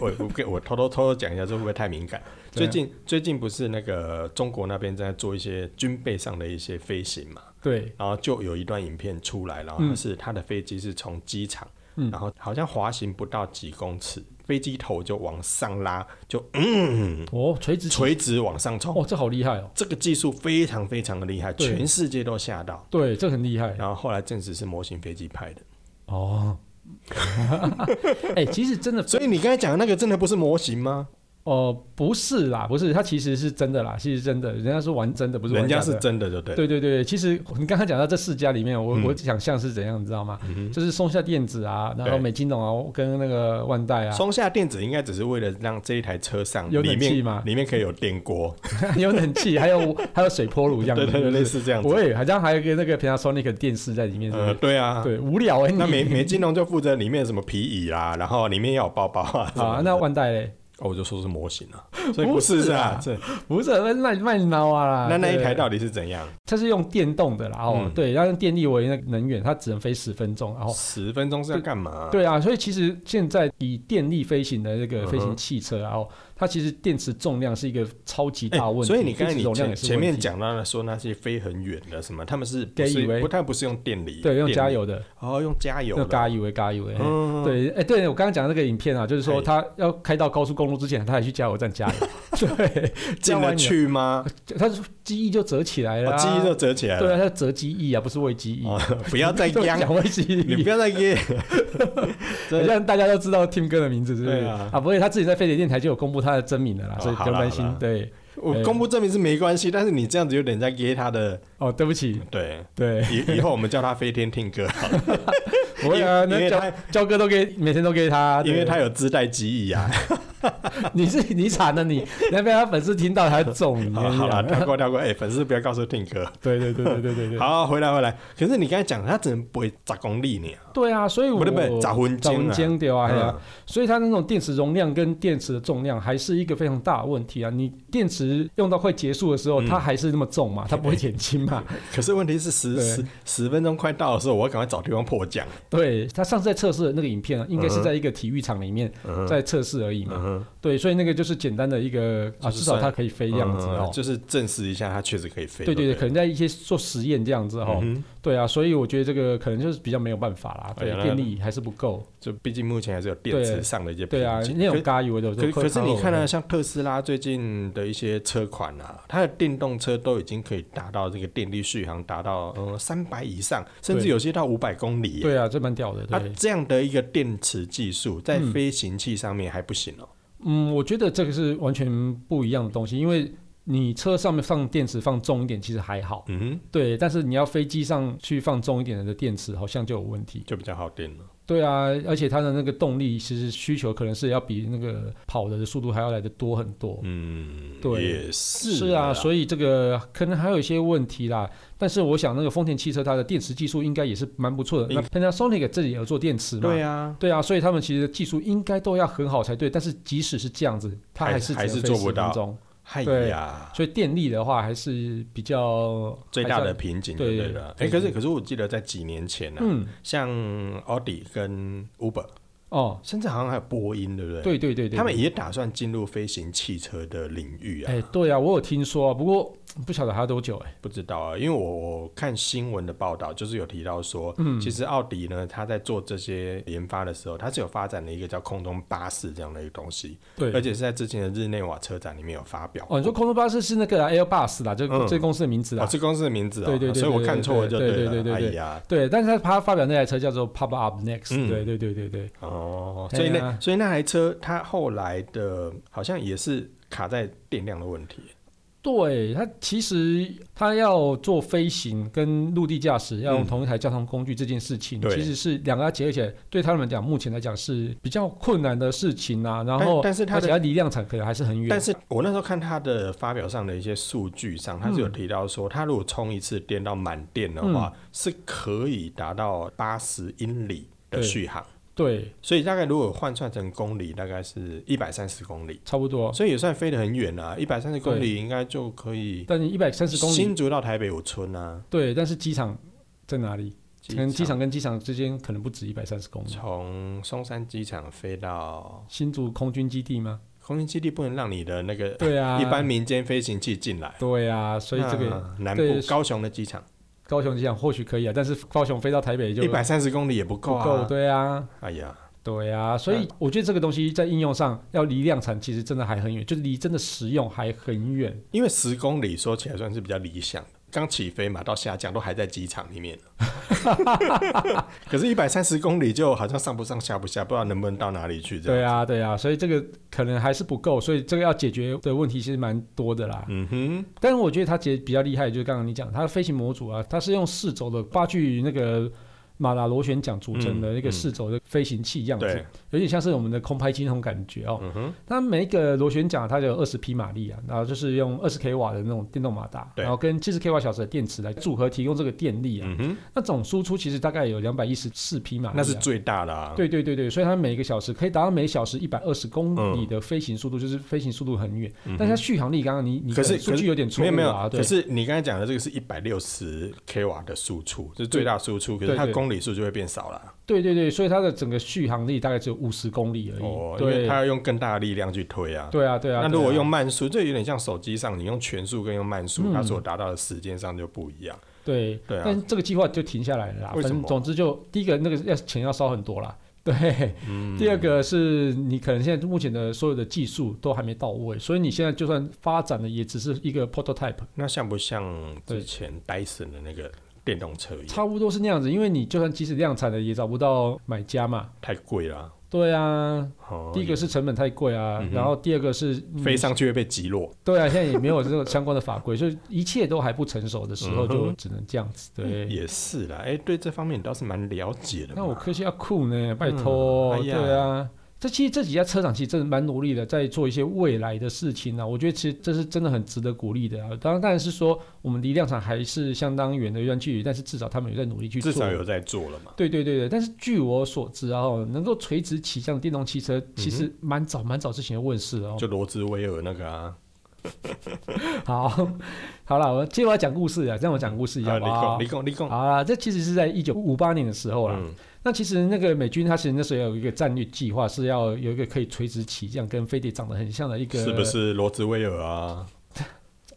[SPEAKER 2] 我我我我偷偷偷偷讲一下，这会不会太敏感？
[SPEAKER 1] 怎
[SPEAKER 2] 最
[SPEAKER 1] 样
[SPEAKER 2] 近最近不是那个中国那边在做一些军备上的一些飞行嘛？
[SPEAKER 1] 对，
[SPEAKER 2] 然后就有一段影片出来，然后它是他的飞机是从机场，
[SPEAKER 1] 嗯
[SPEAKER 2] 然后好像滑行不到几公尺，飞机头就往上拉，就
[SPEAKER 1] 哦，垂直起
[SPEAKER 2] 嗯垂直往上冲。
[SPEAKER 1] 哦，这好厉害哦，
[SPEAKER 2] 这个技术非常非常的厉害，
[SPEAKER 1] 对
[SPEAKER 2] 全世界都吓到。
[SPEAKER 1] 对，这很厉害。
[SPEAKER 2] 然后后来证实是模型飞机拍的，
[SPEAKER 1] 哦， *laughs* 哎、其实真的，
[SPEAKER 2] 所以你刚才讲的那个真的不是模型吗？
[SPEAKER 1] 哦，不是啦，不是，它其实是真的啦，其实真的，人家是玩真的，不是玩
[SPEAKER 2] 人家
[SPEAKER 1] 假的
[SPEAKER 2] 是真的，就对。
[SPEAKER 1] 对对对，其实你刚刚讲到这四家里面，我、
[SPEAKER 2] 嗯
[SPEAKER 1] 我想象是怎样，你知道吗？
[SPEAKER 2] 嗯哼
[SPEAKER 1] 就是松下电子啊，然后
[SPEAKER 2] 对
[SPEAKER 1] 美金龙啊，跟那个万代啊，
[SPEAKER 2] 松下电子应该只是为了让这一台车上
[SPEAKER 1] 有
[SPEAKER 2] 里
[SPEAKER 1] 冷气吗
[SPEAKER 2] 面里面可以有电锅，
[SPEAKER 1] *laughs* 有冷气，还有还有水波炉这样
[SPEAKER 2] 对
[SPEAKER 1] 子，
[SPEAKER 2] *laughs* 对对，
[SPEAKER 1] 是不
[SPEAKER 2] 类
[SPEAKER 1] 是
[SPEAKER 2] 似这样子。
[SPEAKER 1] 我也好像还有一个那个 Panasonic 的电视在里面，是不
[SPEAKER 2] 呃，
[SPEAKER 1] 是？
[SPEAKER 2] 对啊，
[SPEAKER 1] 对，无聊哎、你
[SPEAKER 2] *laughs* 那
[SPEAKER 1] *laughs*
[SPEAKER 2] 美美金龙就负责里面什么皮椅啦，然后里面要有包包啊。什么
[SPEAKER 1] 啊，
[SPEAKER 2] 的
[SPEAKER 1] 那万代嘞，
[SPEAKER 2] 哦，我就说是模型
[SPEAKER 1] *laughs*
[SPEAKER 2] 啊，所以
[SPEAKER 1] 不
[SPEAKER 2] 不是
[SPEAKER 1] 是
[SPEAKER 2] 啊
[SPEAKER 1] 啊，
[SPEAKER 2] 这
[SPEAKER 1] 不是那卖脑啊啦，
[SPEAKER 2] 那那一
[SPEAKER 1] 对
[SPEAKER 2] 台到底是怎样？
[SPEAKER 1] 它是用电动的啦，哦，
[SPEAKER 2] 嗯
[SPEAKER 1] 对，要用电力为那个能源，它只能飞十分钟，然后。
[SPEAKER 2] 十分钟是要干嘛？，
[SPEAKER 1] 哦对啊，所以其实现在以电力飞行的那
[SPEAKER 2] 嗯
[SPEAKER 1] 个
[SPEAKER 2] 哼
[SPEAKER 1] 飞行汽车啊，然后它其实电池重量是一个超级大啊问题，
[SPEAKER 2] 嗯哎所以你刚
[SPEAKER 1] 电
[SPEAKER 2] 才
[SPEAKER 1] 池
[SPEAKER 2] 你
[SPEAKER 1] 容量
[SPEAKER 2] 前
[SPEAKER 1] 也是
[SPEAKER 2] 前面
[SPEAKER 1] 问题
[SPEAKER 2] 讲到了说那些飞很远的什么，他们是不
[SPEAKER 1] 给以
[SPEAKER 2] 是
[SPEAKER 1] 为
[SPEAKER 2] 不太不是用电力，
[SPEAKER 1] 对用
[SPEAKER 2] 电
[SPEAKER 1] 加
[SPEAKER 2] 力，
[SPEAKER 1] 油的，
[SPEAKER 2] 哦，用加油
[SPEAKER 1] 用
[SPEAKER 2] 的，
[SPEAKER 1] 加油的欸加油的。嘿 *laughs*
[SPEAKER 2] 嗯，哎
[SPEAKER 1] 对，哎，对我刚刚讲的那个影片啊，就是说
[SPEAKER 2] 嘿
[SPEAKER 1] 他要开到高速公路之前，他还去加油站加
[SPEAKER 2] *laughs*
[SPEAKER 1] 油，对，加
[SPEAKER 2] 进
[SPEAKER 1] 完
[SPEAKER 2] 得
[SPEAKER 1] 油，
[SPEAKER 2] 去吗？
[SPEAKER 1] 他就机翼就折起来了
[SPEAKER 2] 我
[SPEAKER 1] 啊，
[SPEAKER 2] 哦记忆都折起来
[SPEAKER 1] 对
[SPEAKER 2] 了，
[SPEAKER 1] 啊，他折机翼啊，不是喂机翼， *laughs*
[SPEAKER 2] 哦，不要再
[SPEAKER 1] 对 *laughs*
[SPEAKER 2] 央，
[SPEAKER 1] 讲喂机翼，
[SPEAKER 2] 你不要再央， *laughs*
[SPEAKER 1] 好像大家都知道 Tim 哥的名字，是不是？
[SPEAKER 2] 对啊
[SPEAKER 1] 不过他自己在飞碟电台就有公布他的真名了啦，
[SPEAKER 2] 哦
[SPEAKER 1] 所以不用担心
[SPEAKER 2] 好啦好啦。
[SPEAKER 1] 对，
[SPEAKER 2] 我公布证明是没关系，但是你这样子有点在噎他的，
[SPEAKER 1] 哦，对不起，
[SPEAKER 2] 对， *laughs*
[SPEAKER 1] 对，
[SPEAKER 2] 以以后我们叫他飞天听歌，
[SPEAKER 1] 不会啊，
[SPEAKER 2] 因为
[SPEAKER 1] 那
[SPEAKER 2] 因为
[SPEAKER 1] 焦焦哥都给每天都给他，对
[SPEAKER 2] 因为他有自带记忆啊。
[SPEAKER 1] *laughs* 你是你惨了你，你要被他粉丝听到还中
[SPEAKER 2] *laughs*
[SPEAKER 1] 你，
[SPEAKER 2] 哦好好了，
[SPEAKER 1] 了，
[SPEAKER 2] 跳过跳过，哎、粉丝不要告诉听哥。
[SPEAKER 1] 对对对对对对对，
[SPEAKER 2] 好，回来回来。可是你刚才讲，他只能不会砸公里呢，
[SPEAKER 1] 对啊，所以我
[SPEAKER 2] 不对不对，砸婚
[SPEAKER 1] 找文
[SPEAKER 2] 金
[SPEAKER 1] 坚对啊，
[SPEAKER 2] 啊。
[SPEAKER 1] 对啊
[SPEAKER 2] 嗯，
[SPEAKER 1] 所以它那种电池容量跟电池的重量还是一个非常大的问题啊！你电池用到快结束的时候，
[SPEAKER 2] 嗯
[SPEAKER 1] 它还是那么重
[SPEAKER 2] *laughs*
[SPEAKER 1] 嘛，它不会减轻嘛，
[SPEAKER 2] 可是问题是十
[SPEAKER 1] 对
[SPEAKER 2] 十十分钟快到的时候，我要赶快找地方破奖。
[SPEAKER 1] 对他上次在测试的那个影片啊，应该
[SPEAKER 2] 嗯
[SPEAKER 1] 是
[SPEAKER 2] 哼
[SPEAKER 1] 在一个体育场里面
[SPEAKER 2] 嗯哼
[SPEAKER 1] 在测试而已嘛。
[SPEAKER 2] 嗯，
[SPEAKER 1] 对，所以那个就是简单的一个啊，
[SPEAKER 2] 就是
[SPEAKER 1] 至少它
[SPEAKER 2] 算
[SPEAKER 1] 可以飞这样子
[SPEAKER 2] 嗯
[SPEAKER 1] 哦。
[SPEAKER 2] 就是证实一下它确实可以飞。
[SPEAKER 1] 对对对，
[SPEAKER 2] 对不
[SPEAKER 1] 可能在一些做实验这样子哈、
[SPEAKER 2] 嗯哼
[SPEAKER 1] 对啊，所以我觉得这个可能就是比较没有办法啦，
[SPEAKER 2] 哎
[SPEAKER 1] 对
[SPEAKER 2] 呀，那
[SPEAKER 1] 电力还是不够。
[SPEAKER 2] 就毕竟目前还是有电池
[SPEAKER 1] 对
[SPEAKER 2] 上的一些瓶
[SPEAKER 1] 对啊，
[SPEAKER 2] 颈
[SPEAKER 1] 那种哦
[SPEAKER 2] 可
[SPEAKER 1] 咖喱味的，我就
[SPEAKER 2] 可可是你看
[SPEAKER 1] 呢、
[SPEAKER 2] 呢，像特斯拉最近的一些车款啊，它的电动车都已经可以达到这个电力续航达到呃三百以上，甚至
[SPEAKER 1] 对
[SPEAKER 2] 有些到五百公里耶。
[SPEAKER 1] 对啊，这蛮屌的，对。
[SPEAKER 2] 啊，这样的一个电池技术在
[SPEAKER 1] 嗯
[SPEAKER 2] 飞行器上面还不行哦。
[SPEAKER 1] 嗯，我觉得这个是完全不一样的东西，因为你车上面放电池放重一点其实还好，
[SPEAKER 2] 嗯哼，
[SPEAKER 1] 对，但是你要飞机上去放重一点的电池好像就有问题。
[SPEAKER 2] 就比较耗电了。
[SPEAKER 1] 对啊，而且它的那个动力其实需求可能是要比那个跑的速度还要来的多很多。
[SPEAKER 2] 嗯，
[SPEAKER 1] 对
[SPEAKER 2] 也是
[SPEAKER 1] 是啊，
[SPEAKER 2] 以
[SPEAKER 1] 所以这个可能还有一些问题啦。但是我想那个丰田汽车它的电池技术应该也是蛮不错的。那 Panasonic 自己也有做电池嘛？
[SPEAKER 2] 对啊，
[SPEAKER 1] 对啊，所以他们其实技术应该都要很好才对。但是即使是这样子，它
[SPEAKER 2] 还
[SPEAKER 1] 是
[SPEAKER 2] 还是
[SPEAKER 1] 只能飞
[SPEAKER 2] 做不
[SPEAKER 1] 10分
[SPEAKER 2] 到
[SPEAKER 1] 钟
[SPEAKER 2] 嗨
[SPEAKER 1] 对
[SPEAKER 2] 哎呀，
[SPEAKER 1] 所以电力的话还是比较
[SPEAKER 2] 最大
[SPEAKER 1] 还
[SPEAKER 2] 的
[SPEAKER 1] 是
[SPEAKER 2] 瓶颈，
[SPEAKER 1] 对
[SPEAKER 2] 对了。哎，
[SPEAKER 1] 对
[SPEAKER 2] 可是可是我记得在几年前呢啊
[SPEAKER 1] 要，嗯
[SPEAKER 2] 像奥迪跟 Uber，
[SPEAKER 1] 哦，
[SPEAKER 2] 甚至好像还有波音，对不对？
[SPEAKER 1] 对对对对，
[SPEAKER 2] 他们也打算进入飞行汽车的领域啊，
[SPEAKER 1] 哎对啊，我有听说啊，不过不晓得还要多久哎、
[SPEAKER 2] 不知道啊，因为我我看新闻的报道，就是有提到说，
[SPEAKER 1] 嗯
[SPEAKER 2] 其实奥迪呢，它在做这些研发的时候，它是有发展了一个叫空中巴士这样的一个东西，而
[SPEAKER 1] 对。
[SPEAKER 2] 且是在之前的日内瓦车展里面有发表。
[SPEAKER 1] 哦，你说空中巴士是那个啦 Airbus 啦，这、
[SPEAKER 2] 嗯
[SPEAKER 1] 这公司的名字啦
[SPEAKER 2] 哦，。是公司的名字啊、
[SPEAKER 1] 对对对对
[SPEAKER 2] 所以我看错了就了。
[SPEAKER 1] 对对对对对对
[SPEAKER 2] 哎呀，
[SPEAKER 1] 对，但是他他发表那台车叫做 Pop Up Next，、
[SPEAKER 2] 嗯
[SPEAKER 1] 对对对对对，
[SPEAKER 2] 哦，
[SPEAKER 1] 哎呀
[SPEAKER 2] 所以那、所以那台车它后来的好像也是卡在电量的问题。
[SPEAKER 1] 对他其实他要做飞行跟陆地驾驶要用同一台交通工具这件事情，
[SPEAKER 2] 嗯对
[SPEAKER 1] 其实是两个要结合起来，对他们讲目前来讲是比较困难的事情啊。然后，
[SPEAKER 2] 但但是它
[SPEAKER 1] 而
[SPEAKER 2] 的
[SPEAKER 1] 且要离量产可能还是很远。
[SPEAKER 2] 但是我那时候看他的发表上的一些数据上，他是有
[SPEAKER 1] 嗯
[SPEAKER 2] 提到说，他如果充一次电到满电的话，是可以达到八十英里的
[SPEAKER 1] 对
[SPEAKER 2] 续航，
[SPEAKER 1] 对，
[SPEAKER 2] 所以大概如果换算成公里，大概是一百三十公里，
[SPEAKER 1] 差不多。
[SPEAKER 2] 所以也算飞得很远啊，一百三十公里应该就可以
[SPEAKER 1] 但你一百三十公里
[SPEAKER 2] 新，竹到台北五村啊，
[SPEAKER 1] 对，但是机场在哪里？可能机
[SPEAKER 2] 机
[SPEAKER 1] 场跟机场之间可能不止一百三十公里。
[SPEAKER 2] 从松山机场飞到
[SPEAKER 1] 新竹空军基地吗？
[SPEAKER 2] *laughs* 空军基地，不能让你的那个
[SPEAKER 1] 对啊，
[SPEAKER 2] 一般民间飞行器进来，
[SPEAKER 1] 对啊，所以这个
[SPEAKER 2] 那南
[SPEAKER 1] 对
[SPEAKER 2] 部高雄的机场
[SPEAKER 1] 高雄机场或许可以啊，但是高雄飞到台北就
[SPEAKER 2] 一百三十公里也不够
[SPEAKER 1] 不
[SPEAKER 2] 啊，
[SPEAKER 1] 够，对啊。
[SPEAKER 2] 哎呀。
[SPEAKER 1] 对啊，所
[SPEAKER 2] 嗯
[SPEAKER 1] 以我觉得这个东西在应用上要离量产，其实真的还很远，就离真的实用还很远。
[SPEAKER 2] 因为十公里说起来算是比较理想的，刚起飞嘛，到下降都还在机场里面。 *laughs* 可是，一百三十公里就好像上不上下不下，不知道能不能到哪里去这样。
[SPEAKER 1] 对啊，对啊，所以这个可能还是不够，所以这个要解决的问题其实蛮多的啦。
[SPEAKER 2] 嗯哼，
[SPEAKER 1] 但是我觉得它其实比较厉害，就是刚刚你讲，它的飞行模组啊，它是用四轴的八具那个马达螺旋桨组成的
[SPEAKER 2] 嗯
[SPEAKER 1] 那个
[SPEAKER 2] 嗯
[SPEAKER 1] 四轴的飞行器样子，
[SPEAKER 2] 对，
[SPEAKER 1] 有点像是我们的空拍机那种感觉哦。
[SPEAKER 2] 嗯哼，
[SPEAKER 1] 它每一个螺旋桨它就有二十匹马力啊，然后就是用二十 k 瓦的那种电动马达，
[SPEAKER 2] 对
[SPEAKER 1] 然后跟七十 k 瓦小时的电池来组合提供这个电力啊。
[SPEAKER 2] 嗯哼，
[SPEAKER 1] 那总输出其实大概有两百一十四匹马力啊、
[SPEAKER 2] 那是最大的啊。
[SPEAKER 1] 对对对对，所以它每一个小时可以达到每小时一百二十公里的飞行速度，就是飞行速度很远，
[SPEAKER 2] 嗯嗯哼
[SPEAKER 1] 但是它续航力刚刚你你
[SPEAKER 2] 可是
[SPEAKER 1] 能数
[SPEAKER 2] 可是
[SPEAKER 1] 据有点错误
[SPEAKER 2] 没有没
[SPEAKER 1] 啊，
[SPEAKER 2] 有，
[SPEAKER 1] 对
[SPEAKER 2] 可是你刚才讲的这个是一百六十 k 瓦的输出，这是最大输出，可
[SPEAKER 1] 对
[SPEAKER 2] 是它
[SPEAKER 1] 对
[SPEAKER 2] 公里数就会变少了
[SPEAKER 1] 对对对，所以它的整个续航力大概只有五十公里而已，
[SPEAKER 2] 哦，因为
[SPEAKER 1] 对
[SPEAKER 2] 它要用更大的力量去推啊。
[SPEAKER 1] 对啊对啊。
[SPEAKER 2] 那如果
[SPEAKER 1] 对啊
[SPEAKER 2] 用慢速，这有点像手机上你用全速跟用慢速，
[SPEAKER 1] 嗯
[SPEAKER 2] 它所达到的时间上就不一样。
[SPEAKER 1] 对，
[SPEAKER 2] 对啊
[SPEAKER 1] 但是这个计划就停下来了啦。
[SPEAKER 2] 为
[SPEAKER 1] 反
[SPEAKER 2] 什么
[SPEAKER 1] 正总之就第一个那个要钱要烧很多啦。 *laughs* 对，
[SPEAKER 2] 嗯
[SPEAKER 1] 第二个是你可能现在目前的所有的技术都还没到位，所以你现在就算发展的也只是一个 prototype，
[SPEAKER 2] 那像不像
[SPEAKER 1] 对
[SPEAKER 2] 之前戴森的那个电动车一样？
[SPEAKER 1] 差不多是那样子。因为你就算即使量产了，也找不到买家嘛。
[SPEAKER 2] 太贵了啊、
[SPEAKER 1] 对啊，
[SPEAKER 2] 哦
[SPEAKER 1] 第一个是成本太贵啊，
[SPEAKER 2] 嗯哼
[SPEAKER 1] 然后第二个是
[SPEAKER 2] 也
[SPEAKER 1] 嗯
[SPEAKER 2] 飞上去会被击落。
[SPEAKER 1] *laughs* 对啊，现在也没有这种相关的法规，所以一切都还不成熟的时候，
[SPEAKER 2] 嗯哼
[SPEAKER 1] 就只能这样子。对，
[SPEAKER 2] 也是啦。哎、对这方面你倒是蛮了解的嘛。
[SPEAKER 1] 那我科技要酷呢，拜托、
[SPEAKER 2] 嗯哎呀
[SPEAKER 1] 对啊。这其实这几家车厂其实真的蛮努力的，在做一些未来的事情啊。我觉得其实这是真的很值得鼓励的啊。当然，当然是说我们离量产还是相当远的一段距离，但是至少他们有在努力去做。
[SPEAKER 2] 至少有在做了嘛。
[SPEAKER 1] 对对对对，但是据我所知啊，哦能够垂
[SPEAKER 2] 嗯
[SPEAKER 1] 直起降的电动汽车其实蛮早蛮早之前就问世了哦。
[SPEAKER 2] 就罗兹威尔那个啊，
[SPEAKER 1] 好， *laughs* 好了，我接着我要讲故事啊，让我讲故事一
[SPEAKER 2] 啊
[SPEAKER 1] 样
[SPEAKER 2] 你
[SPEAKER 1] 吧。
[SPEAKER 2] 讲，你讲，你讲。
[SPEAKER 1] 好啦，这其实是在一九五八年的时啊候啦。
[SPEAKER 2] 嗯
[SPEAKER 1] 那其实那个美军，他其实那时候有一个战略计划，是要有一个可以垂直起降，跟飞碟长得很像的一个。
[SPEAKER 2] 是不？是罗兹威尔啊？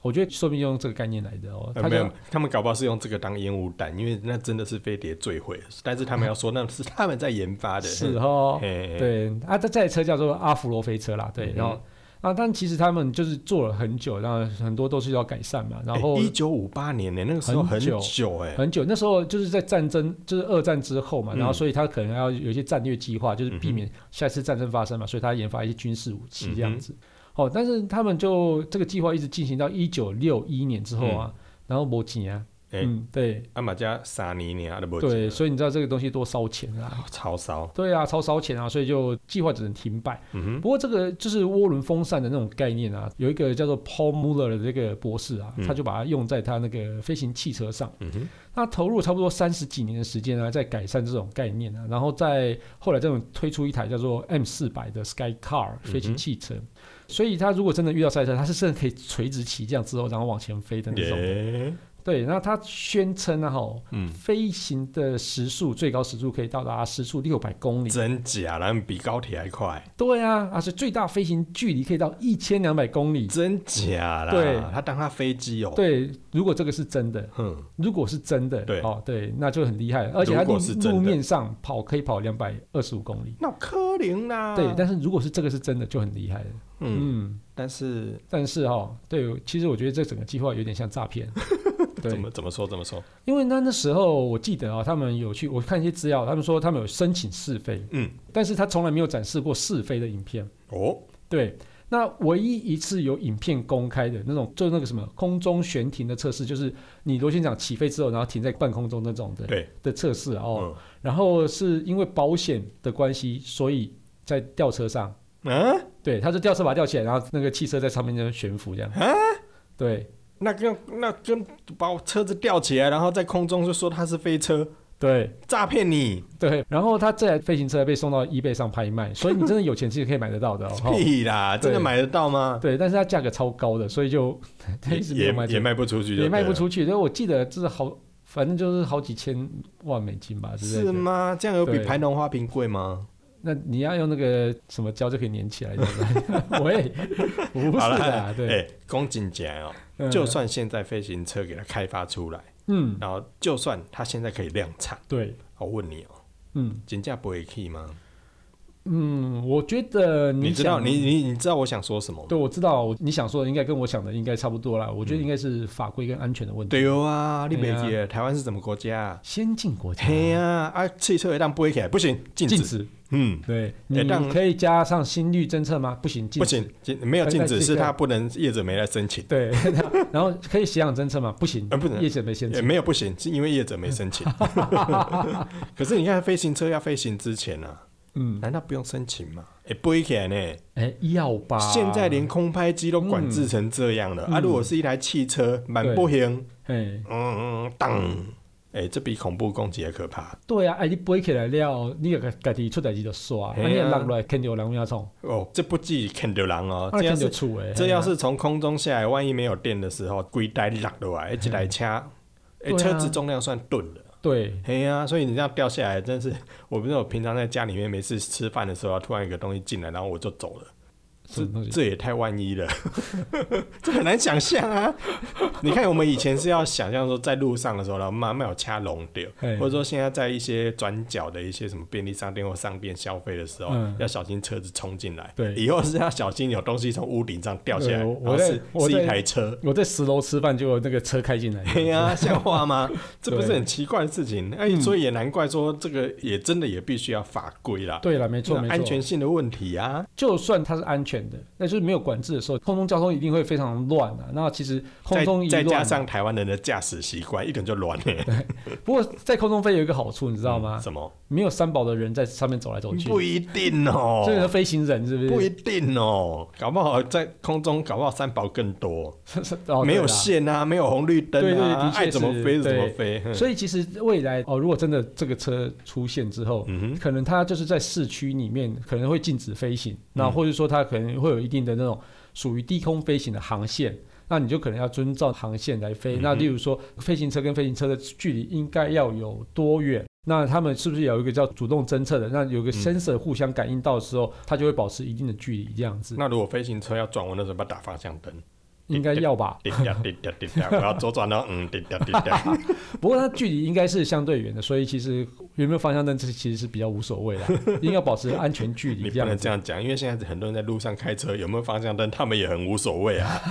[SPEAKER 1] 我觉得说不定用这个概念来的哦。
[SPEAKER 2] 呃
[SPEAKER 1] 他就
[SPEAKER 2] 没有，他们搞不好是用这个当烟雾弹，因为那真的是飞碟坠毁。但是他们要说那是他们在研发的，
[SPEAKER 1] 是哦，
[SPEAKER 2] 嘿，
[SPEAKER 1] 对啊，这这台车叫做阿芙罗飞车啦，对，
[SPEAKER 2] 嗯
[SPEAKER 1] 然后。啊，但其实他们就是做了很久，然后很多都是要改善嘛。然后
[SPEAKER 2] 一九五八年呢、那个时候很
[SPEAKER 1] 很久
[SPEAKER 2] 久哎、
[SPEAKER 1] 很久，那时候就是在战争，就是二战之后嘛，
[SPEAKER 2] 嗯
[SPEAKER 1] 然后所以他可能要有一些战略计划，就是避
[SPEAKER 2] 嗯哼
[SPEAKER 1] 免下一次战争发生嘛，所以他研发一些军事武器这样子。
[SPEAKER 2] 嗯
[SPEAKER 1] 哦，但是他们就这个计划一直进行到一九六一年之后啊，然后没钱啊，
[SPEAKER 2] 嗯哎啊
[SPEAKER 1] 嗯，对
[SPEAKER 2] 阿玛加撒尼尼亚的不
[SPEAKER 1] 对，所以你知道这个东西多烧钱啊。
[SPEAKER 2] 哦超骚，
[SPEAKER 1] 对啊，超烧钱啊，所以就计划只能停摆。
[SPEAKER 2] 嗯哼，
[SPEAKER 1] 不过这个就是涡轮风扇的那种概念啊，有一个叫做 Paul Muller 的这个博士啊，
[SPEAKER 2] 嗯
[SPEAKER 1] 他就把它用在他那个飞行汽车上。
[SPEAKER 2] 嗯哼，
[SPEAKER 1] 他投入差不多三十几年的时间呢，啊在改善这种概念啊，然后在后来这种推出一台叫做 M 四百的 Sky
[SPEAKER 2] 嗯
[SPEAKER 1] Car 飞行汽车，所以他如果真的遇到赛车，他是真的可以垂直起降之后，然后往前飞的那种。
[SPEAKER 2] 耶，
[SPEAKER 1] 对，那他宣称啊，吼，
[SPEAKER 2] 嗯，
[SPEAKER 1] 飞行的时速最高时速可以到达时速六百公里。
[SPEAKER 2] 嗯真假啦，比高铁还快，
[SPEAKER 1] 对啊，而且最大飞行距离可以到一千两百公里。
[SPEAKER 2] 真假啦，
[SPEAKER 1] 对
[SPEAKER 2] 他当他飞机哦、
[SPEAKER 1] 对，如果这个是真的，
[SPEAKER 2] 哼，
[SPEAKER 1] 如果是真的，
[SPEAKER 2] 对
[SPEAKER 1] 哦，对，那就很厉害了。而且它
[SPEAKER 2] 如
[SPEAKER 1] 路
[SPEAKER 2] 果是真的
[SPEAKER 1] 路面上跑可以跑两百二十五公里。
[SPEAKER 2] 那柯林啦，
[SPEAKER 1] 对，但是如果是这个是真的，就很厉害了。
[SPEAKER 2] 嗯，
[SPEAKER 1] 嗯，
[SPEAKER 2] 但是
[SPEAKER 1] 但是哈、对，其实我觉得这整个计划有点像诈
[SPEAKER 2] *laughs*
[SPEAKER 1] 骗。
[SPEAKER 2] 怎
[SPEAKER 1] 对，
[SPEAKER 2] 么怎么说怎么说，
[SPEAKER 1] 因为那那时候我记得啊、他们有去，我看一些资料，他们说他们有申请试飞，
[SPEAKER 2] 嗯，
[SPEAKER 1] 但是他从来没有展示过试飞的影片。
[SPEAKER 2] 哦，
[SPEAKER 1] 对，那唯一一次有影片公开的那种，就是那个什么空中悬停的测试，就是你螺旋桨起飞之后，然后停在半空中那种的
[SPEAKER 2] 对，
[SPEAKER 1] 的测试啊哦。
[SPEAKER 2] 嗯，
[SPEAKER 1] 然后是因为保险的关系，所以在吊车上，
[SPEAKER 2] 嗯、啊，
[SPEAKER 1] 对，他就吊车把它吊起来，然后那个汽车在上面就悬浮这样。
[SPEAKER 2] 啊
[SPEAKER 1] 对
[SPEAKER 2] 那跟那跟把我车子吊起来，然后在空中就说他是飞车，
[SPEAKER 1] 对
[SPEAKER 2] 诈骗你，
[SPEAKER 1] 对，然后他这台飞行车被送到 eBay 上拍卖，所以你真的有钱其实可以买得到的
[SPEAKER 2] *laughs*
[SPEAKER 1] 哦。
[SPEAKER 2] 屁啦，真的
[SPEAKER 1] 对
[SPEAKER 2] 买得到吗？
[SPEAKER 1] 对，但是它价格超高的，所以就 *laughs* 它
[SPEAKER 2] 也
[SPEAKER 1] 一直没有卖
[SPEAKER 2] 也
[SPEAKER 1] 出
[SPEAKER 2] 也卖不出去，
[SPEAKER 1] 也卖不。出去。所以我记得这是好，反正就是好几千万美金吧之类
[SPEAKER 2] 是
[SPEAKER 1] 的。
[SPEAKER 2] 吗？这样有比
[SPEAKER 1] 对
[SPEAKER 2] 盘龙花瓶贵吗？
[SPEAKER 1] 那你要用那个什么胶就可以粘起来，对不对？ *laughs* 喂，不是
[SPEAKER 2] 好了
[SPEAKER 1] 啦，对，
[SPEAKER 2] 哎，公瑾讲哦，
[SPEAKER 1] 嗯
[SPEAKER 2] 就算现在飞行车给它开发出来，
[SPEAKER 1] 嗯，
[SPEAKER 2] 然后就算它现在可以量产，
[SPEAKER 1] 对，
[SPEAKER 2] 我问你哦，
[SPEAKER 1] 嗯
[SPEAKER 2] 金价不会 key 吗？
[SPEAKER 1] 嗯，我觉得
[SPEAKER 2] 你知道
[SPEAKER 1] 想
[SPEAKER 2] 你你你知道我想说什么吗？
[SPEAKER 1] 对，我知道我你想说的应该跟我想的应该差不多啦。我觉得应该是法规跟安全的问题。
[SPEAKER 2] 嗯对哦啊，你
[SPEAKER 1] 对
[SPEAKER 2] 别
[SPEAKER 1] 啊
[SPEAKER 2] 记，台湾是什么国家啊？
[SPEAKER 1] 先进国家
[SPEAKER 2] 嘿呀，啊，汽车一旦不会起来，不行，禁
[SPEAKER 1] 禁
[SPEAKER 2] 止。
[SPEAKER 1] 止，
[SPEAKER 2] 嗯，
[SPEAKER 1] 对，
[SPEAKER 2] 哎
[SPEAKER 1] 你
[SPEAKER 2] 但
[SPEAKER 1] 可以加上心率侦测吗？不行，禁
[SPEAKER 2] 不
[SPEAKER 1] 止。
[SPEAKER 2] 行，禁没有
[SPEAKER 1] 哎
[SPEAKER 2] 禁
[SPEAKER 1] 那
[SPEAKER 2] 止，
[SPEAKER 1] 这
[SPEAKER 2] 是
[SPEAKER 1] 个
[SPEAKER 2] 它不能业者没来申请，
[SPEAKER 1] 对， *laughs* 然后可以血氧侦测吗？不行
[SPEAKER 2] 呃，不能
[SPEAKER 1] 业者没限
[SPEAKER 2] 也
[SPEAKER 1] 制。
[SPEAKER 2] 没有不行，是因为业者没申
[SPEAKER 1] *laughs*
[SPEAKER 2] 请。 *laughs* 可是你看，飞行车要飞行之前啊，
[SPEAKER 1] 嗯，
[SPEAKER 2] 难道不用申请吗？啊哎，不会起来呢。
[SPEAKER 1] 哎，要吧。
[SPEAKER 2] 现在连空拍机都管制成这样了、
[SPEAKER 1] 嗯
[SPEAKER 2] 啊！
[SPEAKER 1] 嗯
[SPEAKER 2] 如果是一台汽车，蛮不行，
[SPEAKER 1] 哎，
[SPEAKER 2] 嗯，当，哎、这比恐怖攻击还可怕
[SPEAKER 1] 对啊，哎，你飞起来了，你个家己出代志就刷，啊，
[SPEAKER 2] 嘿
[SPEAKER 1] 你也
[SPEAKER 2] 啊
[SPEAKER 1] 落落来肯定有人要冲，
[SPEAKER 2] 哦！这不计看到人哦，
[SPEAKER 1] 啊，
[SPEAKER 2] 这要
[SPEAKER 1] 肯定
[SPEAKER 2] 是
[SPEAKER 1] 出诶。
[SPEAKER 2] 这
[SPEAKER 1] 嘿啊
[SPEAKER 2] 要是从空中下来，万一没有电的时候，龟呆落落来，一台车，哎、
[SPEAKER 1] 对啊
[SPEAKER 2] 车子重量算钝的，
[SPEAKER 1] 对，
[SPEAKER 2] 嘿呀、所以你这样掉下来，真是，我不是我平常在家里面每次吃饭的时候，突然有个东西进来，然后我就走了。
[SPEAKER 1] 什么东西
[SPEAKER 2] 这也太万一了， *laughs* 这很难想象啊！你看，我们以前是要想象说，在路上的时候，然后妈妈有掐龙掉，
[SPEAKER 1] 嘿
[SPEAKER 2] 或者说现在在一些转角的一些什么便利商店或商店消费的时候，
[SPEAKER 1] 嗯
[SPEAKER 2] 要小心车子冲进来。
[SPEAKER 1] 对
[SPEAKER 2] 以后是要小心有东西从屋顶上掉下来，
[SPEAKER 1] 对我
[SPEAKER 2] 然后
[SPEAKER 1] 我在
[SPEAKER 2] 是
[SPEAKER 1] 我
[SPEAKER 2] 是
[SPEAKER 1] 在
[SPEAKER 2] 一台车。
[SPEAKER 1] 我在十楼吃饭，就有那个车开进来。
[SPEAKER 2] 对呀、像话
[SPEAKER 1] *laughs*
[SPEAKER 2] 吗？这不是
[SPEAKER 1] 对嗯
[SPEAKER 2] 很奇怪的事情？哎、所以也难怪说这个也真的也必须要法规啦，
[SPEAKER 1] 对了，没错没错，
[SPEAKER 2] 安全性的问题啊。
[SPEAKER 1] 就算它是安全的，那就是没有管制的时候，空中交通一定会非常乱啊。那其实空中一
[SPEAKER 2] 再再加
[SPEAKER 1] 乱，
[SPEAKER 2] 上台湾人的驾驶习惯，一点就乱了、
[SPEAKER 1] 不过在空中飞有一个好处，你知道吗？
[SPEAKER 2] 嗯什么？
[SPEAKER 1] 没有三宝的人在上面走来走去，
[SPEAKER 2] 不一定哦、
[SPEAKER 1] *laughs* 这个飞行人是不是？
[SPEAKER 2] 不一定哦、搞不好在空中，搞不好三宝更多，
[SPEAKER 1] *laughs* 哦
[SPEAKER 2] 没有
[SPEAKER 1] 对啦
[SPEAKER 2] 线啊，没有红绿灯啊，
[SPEAKER 1] 对对的确
[SPEAKER 2] 爱怎么
[SPEAKER 1] 是
[SPEAKER 2] 飞就怎么
[SPEAKER 1] 对
[SPEAKER 2] 飞。嗯哼
[SPEAKER 1] 所以其实未来哦，如果真的这个车出现之后，
[SPEAKER 2] 嗯哼，
[SPEAKER 1] 可
[SPEAKER 2] 嗯
[SPEAKER 1] 能它就是在市区里面可能会禁止飞行，那或者说它可能会有一定的那种属于低空飞行的航线。那你就可能要遵照航线来
[SPEAKER 2] 嗯
[SPEAKER 1] 飞。那例如说，飞行车跟飞行车的距离应该要有多远？那他们是不是有一个叫主动侦测的？那
[SPEAKER 2] 嗯
[SPEAKER 1] 有个 sensor 互相感应到的时候，它就会保持一定的距离，这样子
[SPEAKER 2] 那如果飞行车要转弯的时候，要打方向灯，
[SPEAKER 1] 应该要吧？
[SPEAKER 2] 滴答滴答滴
[SPEAKER 1] *laughs*
[SPEAKER 2] 答，我要左转了，嗯，滴答滴答。
[SPEAKER 1] 不过它距离应该是相对远的，所以其实有没有方向灯，这其实是比较无所
[SPEAKER 2] *laughs*
[SPEAKER 1] 谓的，应该要保持安全距离
[SPEAKER 2] 你
[SPEAKER 1] 这
[SPEAKER 2] 不能
[SPEAKER 1] 样
[SPEAKER 2] 这
[SPEAKER 1] 子。
[SPEAKER 2] 样讲，因为现在很多人在路上开车，有没有方向灯，他们也很无所
[SPEAKER 1] *laughs*
[SPEAKER 2] 谓啊。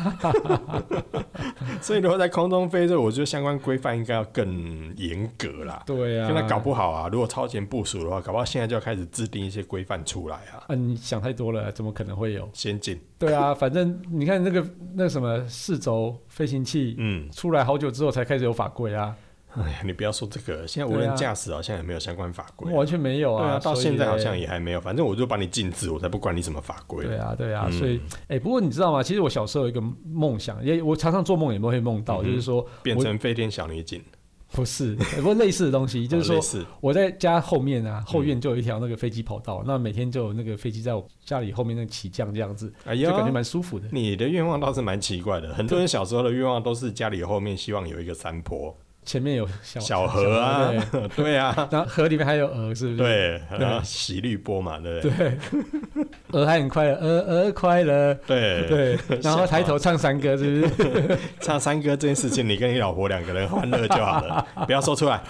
[SPEAKER 2] 所以如果在空中飞着，我觉得相关规范应该要更严格啦。
[SPEAKER 1] 对啊，
[SPEAKER 2] 现在搞不好啊，如果超前部署的话，搞不好现在就要开始制定一些规范出来啊。
[SPEAKER 1] 啊，你想太多了，怎么可能会
[SPEAKER 2] *laughs*
[SPEAKER 1] 有？
[SPEAKER 2] 先进，
[SPEAKER 1] 对啊，反正你看那个那什么四轴飞行器
[SPEAKER 2] 嗯，
[SPEAKER 1] 出来好久之后才开始有法规啊，
[SPEAKER 2] 哎呀，你不要说这个，现在无
[SPEAKER 1] 对
[SPEAKER 2] 人
[SPEAKER 1] 啊
[SPEAKER 2] 驾驶好像也没有相关法规啊。
[SPEAKER 1] 完全没有
[SPEAKER 2] 对啊，到
[SPEAKER 1] 所以
[SPEAKER 2] 现在好像
[SPEAKER 1] 嘞
[SPEAKER 2] 也还没有，反正我就把你禁止，我才不管你什么法规。
[SPEAKER 1] 对啊，对啊，
[SPEAKER 2] 嗯
[SPEAKER 1] 所以哎、不过你知道吗？其实我小时候有一个梦想，也我常常做梦也会梦到，
[SPEAKER 2] 嗯哼
[SPEAKER 1] 就是说
[SPEAKER 2] 变成飞天小女警，
[SPEAKER 1] 不是， *laughs* 哎不过类似的东西，就是
[SPEAKER 2] 哦类
[SPEAKER 1] 说
[SPEAKER 2] 似嗯
[SPEAKER 1] 我在家后面啊，后院就有一条那个飞机跑道，那每天就有那个飞机在我家里后面那个起降这样子，
[SPEAKER 2] 哎
[SPEAKER 1] 就
[SPEAKER 2] 呀，
[SPEAKER 1] 感觉蛮舒服的。
[SPEAKER 2] 你的愿望倒是蛮奇怪的，很多人小时候的愿望都是家里后面希望有一个山坡、
[SPEAKER 1] 前面有小
[SPEAKER 2] 小河啊
[SPEAKER 1] 对，
[SPEAKER 2] *laughs* 对啊，
[SPEAKER 1] 然后河里面还有鹅，是不是？
[SPEAKER 2] 对，然后洗绿波嘛，对不对？ *laughs*
[SPEAKER 1] 对，鹅还很快乐，鹅鹅快乐，
[SPEAKER 2] 对
[SPEAKER 1] 对，然后抬头唱山歌，是不
[SPEAKER 2] *laughs*
[SPEAKER 1] 是？
[SPEAKER 2] 唱山歌这件事情，你跟你老婆两个人欢乐就好了，不要说
[SPEAKER 1] *laughs*
[SPEAKER 2] 出来。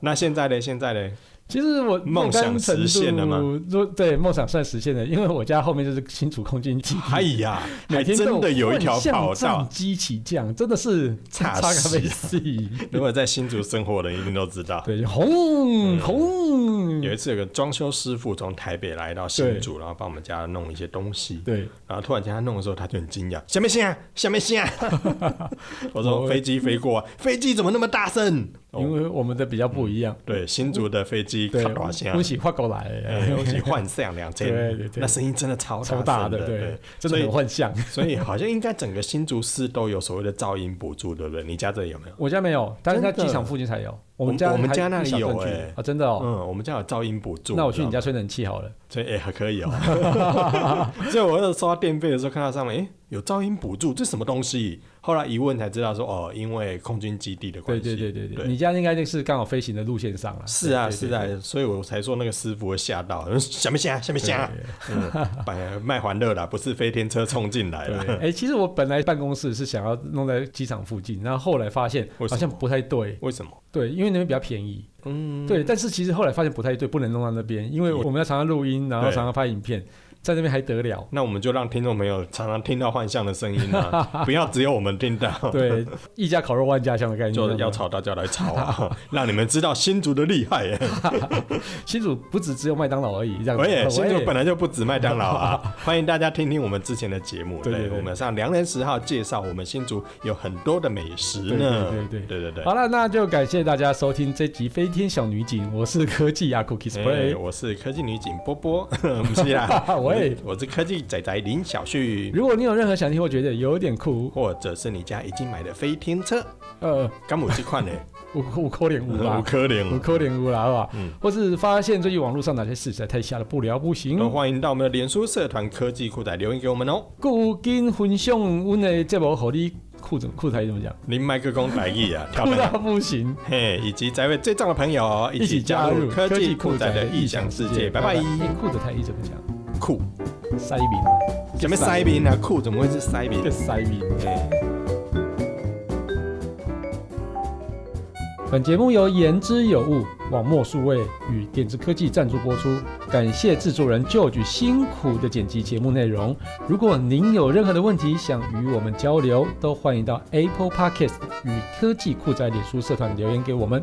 [SPEAKER 2] 那现在呢？现在呢？
[SPEAKER 1] 其实我
[SPEAKER 2] 梦想
[SPEAKER 1] 若干程度
[SPEAKER 2] 实现了吗？
[SPEAKER 1] 若对，梦想算实现了，因为我家后面就是新竹空军基地，
[SPEAKER 2] 哎呀， *laughs* 还
[SPEAKER 1] 嗯每天
[SPEAKER 2] 真的有一条跑
[SPEAKER 1] 幻象
[SPEAKER 2] 道
[SPEAKER 1] 战。机起降，真的是
[SPEAKER 2] 差
[SPEAKER 1] 差咖啡
[SPEAKER 2] 死
[SPEAKER 1] 戏，
[SPEAKER 2] 如果在新竹生活的人一定都知道，
[SPEAKER 1] 对，轰轰，
[SPEAKER 2] 有一次有个装修师傅从台北来到新竹，然后帮我们家弄一些东西。
[SPEAKER 1] 对，
[SPEAKER 2] 然后突然间他弄的时候，他就很惊讶：“下面线啊，下面线啊！”
[SPEAKER 1] *laughs*
[SPEAKER 2] 我说：“飞机飞过啊，飞机怎么那么大声？”
[SPEAKER 1] 因
[SPEAKER 2] 哦、嗯
[SPEAKER 1] 为我们的比较不一样，
[SPEAKER 2] 对，新竹的飞机
[SPEAKER 1] 对，
[SPEAKER 2] 卡多线
[SPEAKER 1] 我，喜欢过来
[SPEAKER 2] 哎
[SPEAKER 1] 的，
[SPEAKER 2] 尤其幻象两千，
[SPEAKER 1] 对对对
[SPEAKER 2] 那声音真的
[SPEAKER 1] *laughs*
[SPEAKER 2] 超
[SPEAKER 1] 超大
[SPEAKER 2] 声
[SPEAKER 1] 的，
[SPEAKER 2] 的，
[SPEAKER 1] 对，真的很
[SPEAKER 2] 所以
[SPEAKER 1] 幻象。
[SPEAKER 2] 所以好像应该整个新竹市都有所谓的噪音补助，对不对？你家这里有没有？
[SPEAKER 1] 我家没有，但是在
[SPEAKER 2] 真的
[SPEAKER 1] 机场附近才有。我
[SPEAKER 2] 我
[SPEAKER 1] 们
[SPEAKER 2] 们
[SPEAKER 1] 家
[SPEAKER 2] 我们
[SPEAKER 1] 还
[SPEAKER 2] 家那
[SPEAKER 1] 一
[SPEAKER 2] 里
[SPEAKER 1] 小
[SPEAKER 2] 有
[SPEAKER 1] 段距离
[SPEAKER 2] 欸
[SPEAKER 1] 啊，真的哦。
[SPEAKER 2] 嗯，我们家有噪音补助。
[SPEAKER 1] 那我去你家
[SPEAKER 2] 知
[SPEAKER 1] 吹冷气好了。
[SPEAKER 2] 道吗，所以哎、还可以哦。哦
[SPEAKER 1] *laughs*
[SPEAKER 2] *laughs* 所以我那时候收到电费的时候，看到上面哎、有噪音补助，这什么东西？后来一问才知道说哦，因为空军基地的关
[SPEAKER 1] 对
[SPEAKER 2] 系。
[SPEAKER 1] 对对对
[SPEAKER 2] 对
[SPEAKER 1] 对，你家应该就是刚好飞行的路线上了。
[SPEAKER 2] 是啊，
[SPEAKER 1] 对
[SPEAKER 2] 是。啊，所以我才说那个师傅会吓
[SPEAKER 1] *laughs*
[SPEAKER 2] 到，嗯想不想？想不
[SPEAKER 1] 对
[SPEAKER 2] 想？嗯，卖卖欢乐啊啦，不是飞天车冲进来
[SPEAKER 1] 对对
[SPEAKER 2] 了。
[SPEAKER 1] 对，哎，其实我本来办公室是想要弄在机场附近，然后后来发现
[SPEAKER 2] 为什
[SPEAKER 1] 好
[SPEAKER 2] 么
[SPEAKER 1] 像不太对，
[SPEAKER 2] *laughs* 为什么？
[SPEAKER 1] 对，因为那边比较便宜。
[SPEAKER 2] 嗯，
[SPEAKER 1] 对，但是其实后来发现不太对，不能弄到那边，因为我们要常常录音，然后
[SPEAKER 2] 对
[SPEAKER 1] 常常拍影片，在那边还得
[SPEAKER 2] *laughs*
[SPEAKER 1] 了。
[SPEAKER 2] 那我们就让听众朋友常常听到幻象的声音啊， *laughs* 不要只有我们听到。
[SPEAKER 1] 对，一家烤肉万家香的概念，
[SPEAKER 2] 就
[SPEAKER 1] 你知道
[SPEAKER 2] 要
[SPEAKER 1] 吗
[SPEAKER 2] 吵大家来吵啊， *laughs* 让你们知道新竹的厉害
[SPEAKER 1] *laughs*
[SPEAKER 2] 耶！
[SPEAKER 1] 新竹不止只有麦当劳而已，这样子。
[SPEAKER 2] 喂，
[SPEAKER 1] 哦
[SPEAKER 2] 新竹
[SPEAKER 1] 喂
[SPEAKER 2] 本来就不止麦当劳啊，
[SPEAKER 1] *laughs*
[SPEAKER 2] 欢迎大家听听我们之前的节目，
[SPEAKER 1] 对对对
[SPEAKER 2] 我们上良人十号介绍我们新竹有很多的美食
[SPEAKER 1] 对
[SPEAKER 2] 呢，
[SPEAKER 1] 对对对
[SPEAKER 2] 对对对
[SPEAKER 1] 好了，那就感谢大家收听这集《飞天小女警》，我是科技阿 Cookie
[SPEAKER 2] 哎
[SPEAKER 1] Spray。
[SPEAKER 2] 我是科技女警波波， *laughs* 不
[SPEAKER 1] *laughs*
[SPEAKER 2] 是啦，
[SPEAKER 1] 喂
[SPEAKER 2] 我是我是科技仔仔林小旭，
[SPEAKER 1] 如果你有任何想听或觉得有点酷，
[SPEAKER 2] 或者是你家已经买的飞天车，
[SPEAKER 1] 呃，
[SPEAKER 2] 干母这款呢，
[SPEAKER 1] 五五扣点 *laughs* 五
[SPEAKER 2] *laughs* 五
[SPEAKER 1] 吧，
[SPEAKER 2] 颗
[SPEAKER 1] 五
[SPEAKER 2] 零。
[SPEAKER 1] 扣点五啦，好吧。
[SPEAKER 2] 嗯
[SPEAKER 1] 或是发现最近网络上哪些事实在太瞎了，不聊不行。
[SPEAKER 2] 都欢迎到我们的脸书社团科技酷仔留言给我们哦。
[SPEAKER 1] 故今分享阮的节目，互你酷怎酷台语怎么讲？
[SPEAKER 2] 您麦克风来意
[SPEAKER 1] *laughs*
[SPEAKER 2] 啊，跳
[SPEAKER 1] 酷
[SPEAKER 2] 板
[SPEAKER 1] 到不行。
[SPEAKER 2] 嘿，以及在位最重的朋友一
[SPEAKER 1] 一
[SPEAKER 2] 起
[SPEAKER 1] 起
[SPEAKER 2] 加
[SPEAKER 1] 加
[SPEAKER 2] 入
[SPEAKER 1] 入
[SPEAKER 2] 科
[SPEAKER 1] 科
[SPEAKER 2] 技
[SPEAKER 1] 技
[SPEAKER 2] 酷
[SPEAKER 1] 酷
[SPEAKER 2] 仔
[SPEAKER 1] 仔
[SPEAKER 2] 的
[SPEAKER 1] 的
[SPEAKER 2] 异
[SPEAKER 1] 异
[SPEAKER 2] 想
[SPEAKER 1] 想
[SPEAKER 2] 世
[SPEAKER 1] 世
[SPEAKER 2] 界，
[SPEAKER 1] 界。
[SPEAKER 2] 拜
[SPEAKER 1] 拜
[SPEAKER 2] 拜
[SPEAKER 1] 拜。。哎酷的台语怎么讲？
[SPEAKER 2] 酷，
[SPEAKER 1] 塞宾，
[SPEAKER 2] 前面塞宾啊，酷怎么会是塞宾
[SPEAKER 1] 这？塞宾。
[SPEAKER 2] 嘿
[SPEAKER 1] 本节目由言之有物、网墨数位与点子科技赞助播出，感谢制作人 George 辛苦的剪辑节目内容。如果您有任何的问题想与我们交流，都欢迎到 Apple Podcast 与科技酷宅脸书社团留言给我们。